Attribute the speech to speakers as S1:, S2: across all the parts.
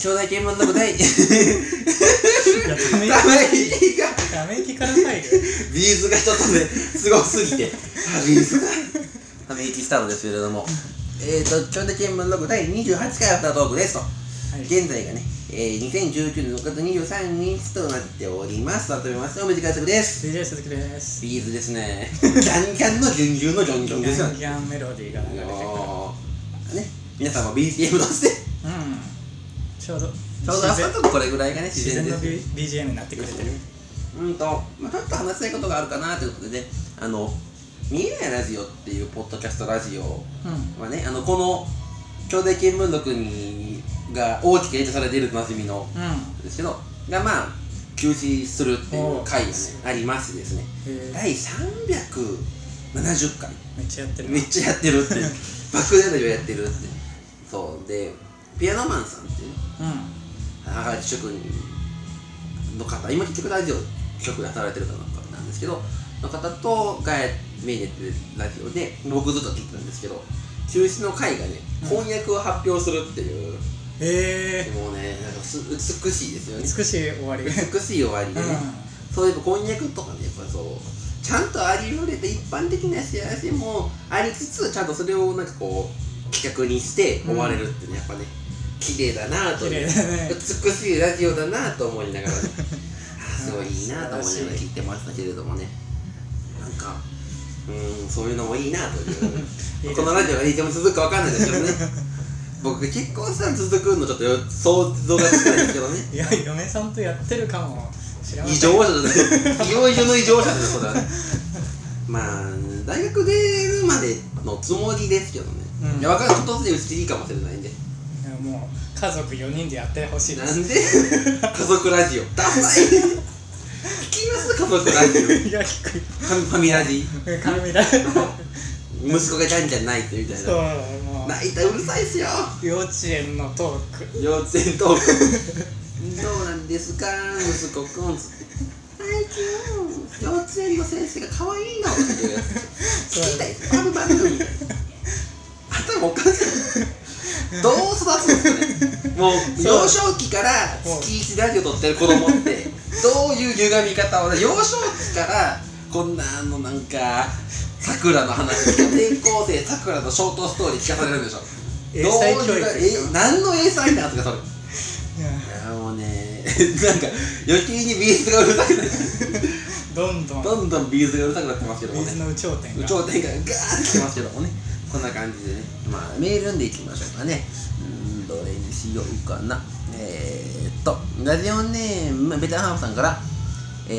S1: 兄弟鍵盤の答え
S2: いやため
S1: ため息が
S2: ため息から最後
S1: ビーズがちょっとねすごすぎてあビーズがため息スタートですけれどもえーとちょうど見聞録第28回アフタートークですと、
S2: い
S1: 現在がね、えー、2019年の6月23日となっております改めましておめでとうございます
S2: DJ 鈴木です
S1: ビーズですねギャンギャンの順々のジョンジョンですよ
S2: ギャン
S1: ね
S2: ギャンメロディーが流れてくる
S1: もうね皆様 BGM として
S2: うんちょうど
S1: ちょうどアフタートークこれぐらいがね
S2: 自
S1: 自然
S2: 然
S1: で
S2: の
S1: す
S2: B- BGM になってくれてる
S1: うんと、まあ、ちょっと話したいことがあるかなということでね、あの、見えないラジオっていうポッドキャストラジオ
S2: うん
S1: はね、あの、この、兄弟見聞録に、が大きく影響されているおなじみの、
S2: うん
S1: ですけど、がまあ、休止するっていう回がね
S2: おー、
S1: ありましてですね、
S2: へー
S1: 第370回、
S2: めっちゃやってる
S1: めっちゃやってるって、バックヤードやってるって、そう、で、ピアノマンさんっていうね、
S2: う
S1: 長地職人の方今結局ラジオ局で働いてる方なんですけどの方とがメインでやってるラジオで僕ずっと聞いてたんですけど中止の会がね婚約を発表するっていう、
S2: んへえ
S1: もうねなんかす美しいですよね
S2: 美しい終わり
S1: 美しい終わりでね、そういう婚約とかねやっぱそうちゃんとありふれて一般的な幸せもありつつちゃんとそれをなんかこう企画にして終われるってね、やっぱね綺麗だなぁと
S2: 綺
S1: ね
S2: 麗だね
S1: 美しいラジオだなぁと思いながらねあーすごいいいなぁと思いな
S2: 素
S1: が
S2: 晴ら
S1: ら
S2: しい
S1: 聞いてましたけれどもねなんかうーんそういうのもいいなぁという
S2: いいですね
S1: このラジオがいつでも続くかわかんないですけどね僕結婚したら続くのちょっとよ想像がつかないですけどね
S2: いや嫁さんとやってるかも知らな
S1: 異
S2: い
S1: 常者だね。いよいよの異常者だね、それはね。まあ、大学出るまでのつもりですけどね。
S2: うん
S1: いや、わかる、ちょっとずつで打ち切りいいかもしれないんで。
S2: いやもう家族4人でやってほしいで
S1: な
S2: す
S1: んで家族ラジオ。ダサい聞きます家族ラジオ。
S2: いや低
S1: フ
S2: い
S1: ァミファミラジ。
S2: 髪だ
S1: 息子がじゃんじゃん泣いてみたい
S2: そう
S1: な。
S2: もう
S1: 泣いたらうるさいっすよ。
S2: 幼稚園のトーク
S1: 幼稚園トーク。どうなんですか、息子くん。最近、幼稚園の先生が可愛いのっていうやつ。
S2: そ
S1: 聞きた
S2: う
S1: いバンバンみたいな頭おかしいどう育つんですかねもう
S2: そう
S1: 幼少期から月1ラジオ撮ってる子供ってどういう歪み方を幼少期からこんなあのなんか桜の話とか転校生桜のショートストーリー聞かされるんでしょ
S2: 英才
S1: どういう
S2: 教育でしょ
S1: え何の英才なんですかそれ
S2: いや
S1: いやもうね なんか余計にビーズがうるさくなって
S2: どんどん
S1: どんどんビーズがうるさくなってますけどもね
S2: 水の有頂天
S1: 有
S2: が
S1: 頂天がガーッてきますけどもねこんな感じでねまあメール読んでいきましょうかねうーんどれにしようかなえー、っとラジオネームベテランハーフさんから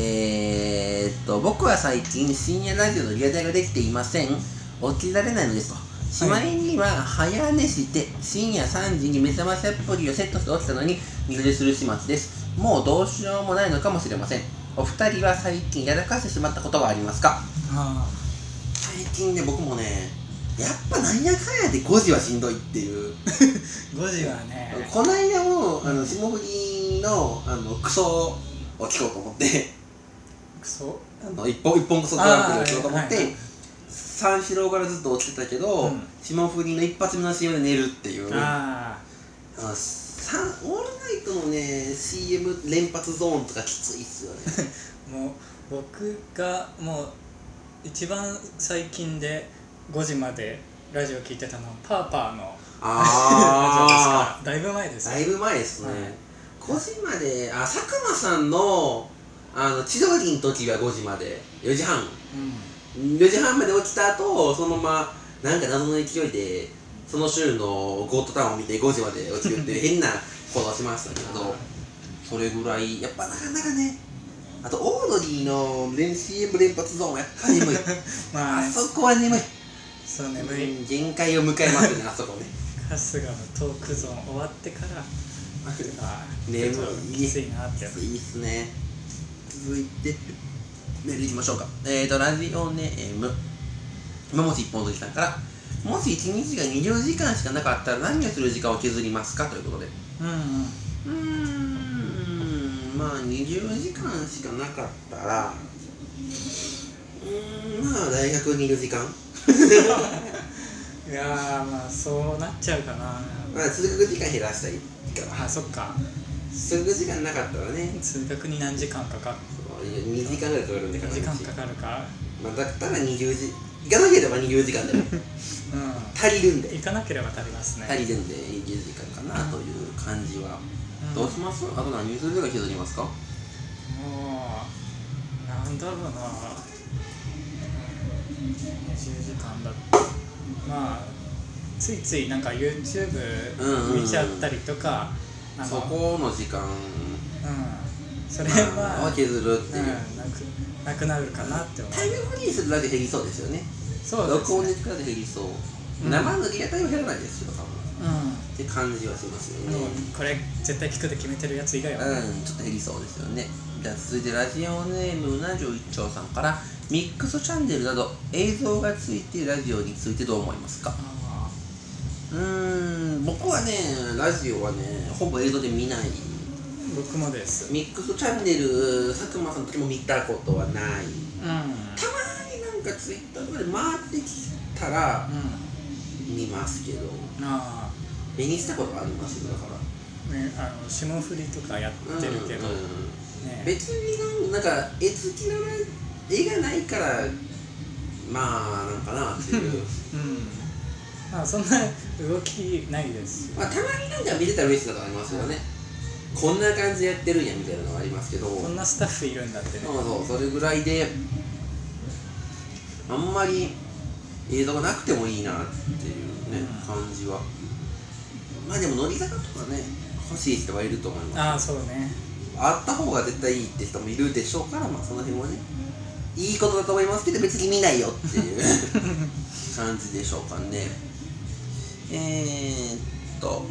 S1: えー、っと僕は最近深夜ラジオのリアタイができていません起きられないのですとしまいには早寝して深夜3時に目覚ましアプリをセットして起きたのに二度寝する始末ですもうどうしようもないのかもしれませんお二人は最近やらかしてしまったことはありますか
S2: あ
S1: 最近ね僕もねやっぱなんやかんやで5時はしんどいっていう
S2: 5時はね
S1: こないだもあの霜降りのあのクソを聞こうと思って
S2: クソ
S1: あの一本一本クソグランプリを聞こうと思って、
S2: あーはいはい
S1: 三四郎からずっと落ちてたけど、
S2: うん
S1: 霜降りの一発目の CM で寝るっていうあ
S2: あ
S1: のさオールナイトのね CM 連発ゾーンとかきついっすよ ね
S2: あもう僕がもう一番最近で5時までラジオ聞いてたのはパーパーの
S1: あ
S2: ラジオですからだいぶ前ですよ
S1: だいぶ前ですね、
S2: はい
S1: 5時まであ佐久間さんのあの千鳥の時は5時まで4時半
S2: う
S1: 4時半まで落ちた後そのままなんか謎の勢いでその週のゴッドタウンを見て5時まで落ちるっていう 変なことをしましたけどそれぐらいやっぱなかなかねあとオードリーの連 CM 連発ゾーンはやっぱ眠い
S2: んまあ
S1: あ
S2: ね
S1: そこは眠い
S2: そう眠い
S1: 限界を迎えますねあそこね
S2: 春日のトークゾーン終わってからあー
S1: 眠い
S2: ちょっときついなって
S1: いいっすね続いてメールいきましょうかえーとラジオネームまもし一本釣りさんからもし1日が20時間しかなかったら何をする時間を削りますかということでう
S2: うんうん
S1: ーんまあ20時間しかなかったらうーんまあ大学にいる時間
S2: いやーまあそうなっちゃうかな
S1: まあ、通学時間減らしたらいいから
S2: あそっか
S1: 通学時間なかったらね
S2: 通学に何時間かかる
S1: そう2時間ぐらいかかるんで
S2: 何
S1: 片
S2: 時
S1: 道
S2: 間かかるか
S1: まあ、だったら20時行かなければ20時間 でも
S2: う
S1: 足りるんで
S2: ん行かなければ足りますね、
S1: 足りるんで20時間かなという感じは、
S2: うん
S1: どうしますあと何するか削りますか
S2: もうなんだろうな20時間だまあついついなんか YouTube
S1: うんうん
S2: 見ちゃったりとか、あの
S1: そこの時間
S2: うんそれ
S1: まあ
S2: は
S1: は、削るって
S2: う
S1: い
S2: ん
S1: う、
S2: なくなくなるかなって思う
S1: タイムフリーするだけ減りそうですよね
S2: そうで
S1: 録
S2: す
S1: 音
S2: ね
S1: で使うと減りそう、
S2: うん
S1: 生のリアタイム減らないですよ多分
S2: う
S1: って感じはしますよ
S2: ん
S1: ね、
S2: もうこれ絶対聞くで決めてるやつ以外は、
S1: うん、ちょっと減りそうですよね。じゃあ続いてラジオネーム71丁さんからミックスチャンネルなど映像がついているラジオについてどう思いますか
S2: あ
S1: うーん僕はねラジオはねほぼ映像で見ない
S2: ー僕もです
S1: ミックスチャンネル佐久間さんの時も見たことはない
S2: うんうん
S1: たまになんかツイッターとかで回ってきたら見ますけど
S2: あ
S1: 目にしたことありますよだから
S2: あねあの霜降りとかやってるけど、
S1: うん
S2: ね
S1: 別になんなんか絵付きの絵がないからまあなんかなって いう
S2: うんまあそんな動きないですよ
S1: まあたまになんか見てたら嬉しいことありますよね、こんな感じでやってるんやみたいなのがありますけど
S2: こ
S1: そ
S2: ん
S1: う
S2: なスタッフいるんだってね
S1: そうそれぐらいであんまり映像がなくてもいいなっていうね、
S2: うん
S1: 感じはまあでも乃木坂とかね欲しい人はいると思います
S2: ああそうね
S1: あった方が絶対いいって人もいるでしょうからまあその辺はねいいことだと思いますけど別に見ないよっていう感じでしょうかねえー、っと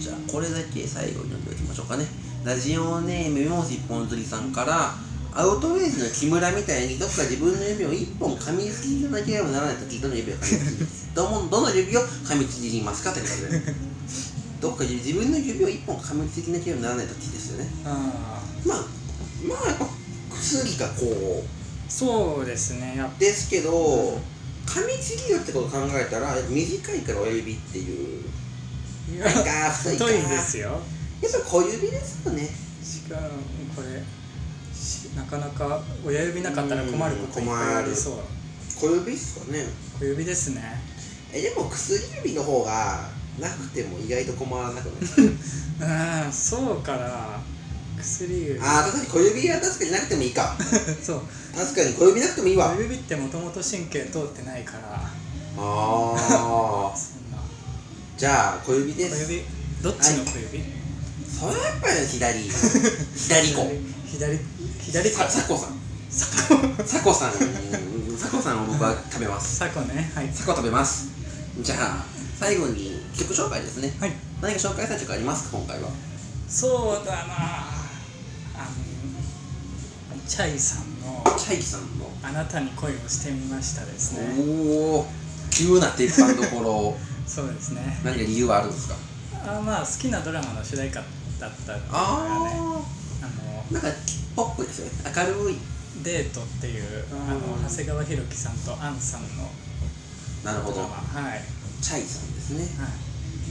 S1: じゃあこれだけ最後に読んでおきましょうかねラジオネームもしっぽんずりさんからアウトレイジの木村みたいにどっか自分の指を一本噛みつきじゃなければならないときどの指を噛みつきますどのどの指を噛みつきますかってことでどっか自分の指を一本噛みつきなければならないときですよね
S2: あ
S1: まあまあやっぱ薬がこ
S2: あそうですねやっ
S1: うですけど噛みちぎるってことを考えたら短いから親指っていう
S2: い
S1: なん
S2: や
S1: か太いか
S2: 太いですよ
S1: やっぱ小指ですよね
S2: しかもこれしなかなか親指なかったら困ることいっぱいありそう
S1: 小指っすかね
S2: 小指ですね
S1: えでも薬指の方がなくても意外と困らなくないですか
S2: うんそうから薬指
S1: ああ確かに小指は確かになくてもいいか
S2: そう
S1: 確かに小指なくてもいいわ
S2: 小指ってもともと神経通ってないから
S1: あ あ
S2: そんな
S1: じゃあ小指で
S2: 小
S1: す
S2: 指どっちの小指、
S1: それはやっぱり 左左子
S2: 左左
S1: さ
S2: か
S1: 佐子さん
S2: さこ
S1: サコさん、サコさんを僕は食べます。
S2: さこねはい
S1: サコ食べます。じゃあ、最後に曲紹介ですね。
S2: はい
S1: 何か紹介したい曲ありますか、今回は。
S2: そうだなあのチャイさんの
S1: チャイキさんの。
S2: 「あなたに恋をしてみました」ですね
S1: おお、急な鉄板どころ、
S2: そうですね
S1: 何か理由はあるんですか
S2: あまあ好きなドラマの主題歌だったのがね
S1: あ
S2: あの
S1: ー、なんかポップですよね。明るい。
S2: デートっていうあ
S1: うん
S2: の長谷川博己さんと杏さんの
S1: なるほ
S2: ドラ
S1: ど
S2: マ。はい、はい、
S1: チャイさんですね。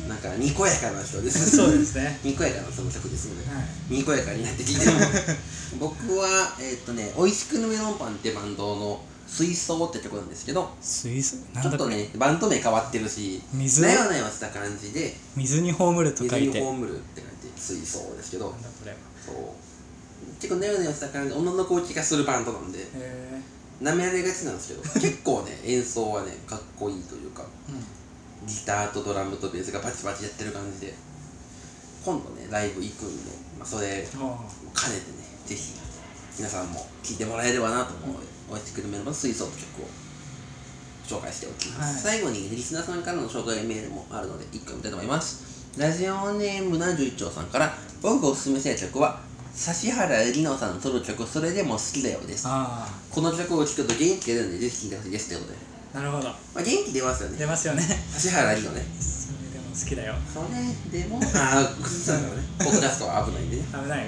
S1: なんか、にこやかな人です。
S2: そうですね
S1: にこやかなその曲ですので。
S2: はい
S1: にこやかになって聞いても 僕はえーっ、とね「おいしくぬメロンパン」ってバンドの「水槽」って曲なんですけど
S2: 水素な
S1: ちょっ
S2: んだ
S1: と
S2: これ
S1: ねバンド名変わってるし
S2: 水
S1: なよなよした感じで
S2: 水に葬る
S1: 「
S2: と書
S1: 水
S2: い
S1: に
S2: て
S1: 葬る」って書いて「水槽」ですけど
S2: なんだこれは
S1: そう結構なよなよした感じ女の子を気がするバンドなんで
S2: へ
S1: なめられがちなんですけど 結構ね演奏はねかっこいいというか
S2: えうん
S1: ギターとドラムとベースがバチバチやってる感じで今度ねライブ行くんで、まあ、それ
S2: あ
S1: 兼ねてねぜひ皆さんも聴いてもらえればなと思うので、お会いしてくれメロンの水槽と曲を紹介しておきます、
S2: は
S1: 最後にリスナーさんからの紹介メールもあるので一回見たいと思いますラジオネーム71丁さんから僕がおすすめしたい曲は指原莉乃さんのソロ曲「それでも好きだよ」です
S2: あ
S1: この曲を聴くと元気が出るのでぜひ聴いてほしいですということで、
S2: あなるほど
S1: まあ、元気出ますよね
S2: 出ますよね
S1: 指原莉乃ね
S2: それでも好きだよ
S1: それでも ああ靴さんだからねポッドキャストは危ないんでね
S2: 危ないよ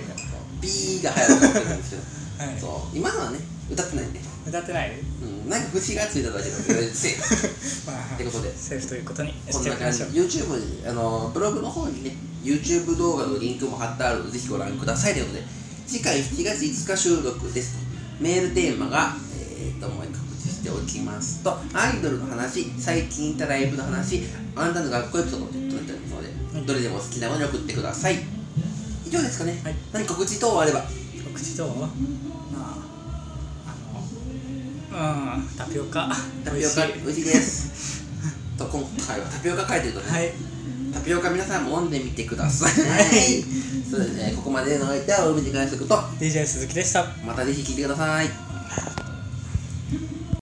S1: B が入るかもしれないんですけど
S2: はい
S1: そう今のはね歌ってないね、
S2: 歌ってない
S1: うん、なんか節がついた だけだけどセーフ
S2: まあ
S1: ってことで
S2: セーフということに
S1: こ
S2: し
S1: ん
S2: てお
S1: な
S2: き
S1: 感
S2: ま
S1: じ
S2: しょう
S1: YouTube にあのブログの方にね YouTube 動画のリンクも貼ってあるのでぜひご覧くださいということで次回7月5日収録ですとメールテーマがえーっともう一回告知しておきますとアイドルの話最近行ったライブの話あなたの学校エピソードとなっておりますのでどれでも好きなものに送ってください以上ですかね、
S2: はい
S1: 何か告知等あれば
S2: 告知どうまああのうんタピオカ
S1: タピオカ
S2: 美味しい
S1: 無事です と今回はタピオカ書いてるとね、
S2: はい
S1: タピオカ皆さんも飲んでみてください。はい。そうですね、ここまでのお相手は、おみじ外食と、
S2: DJ 鈴木でした
S1: またぜひ聞いてください。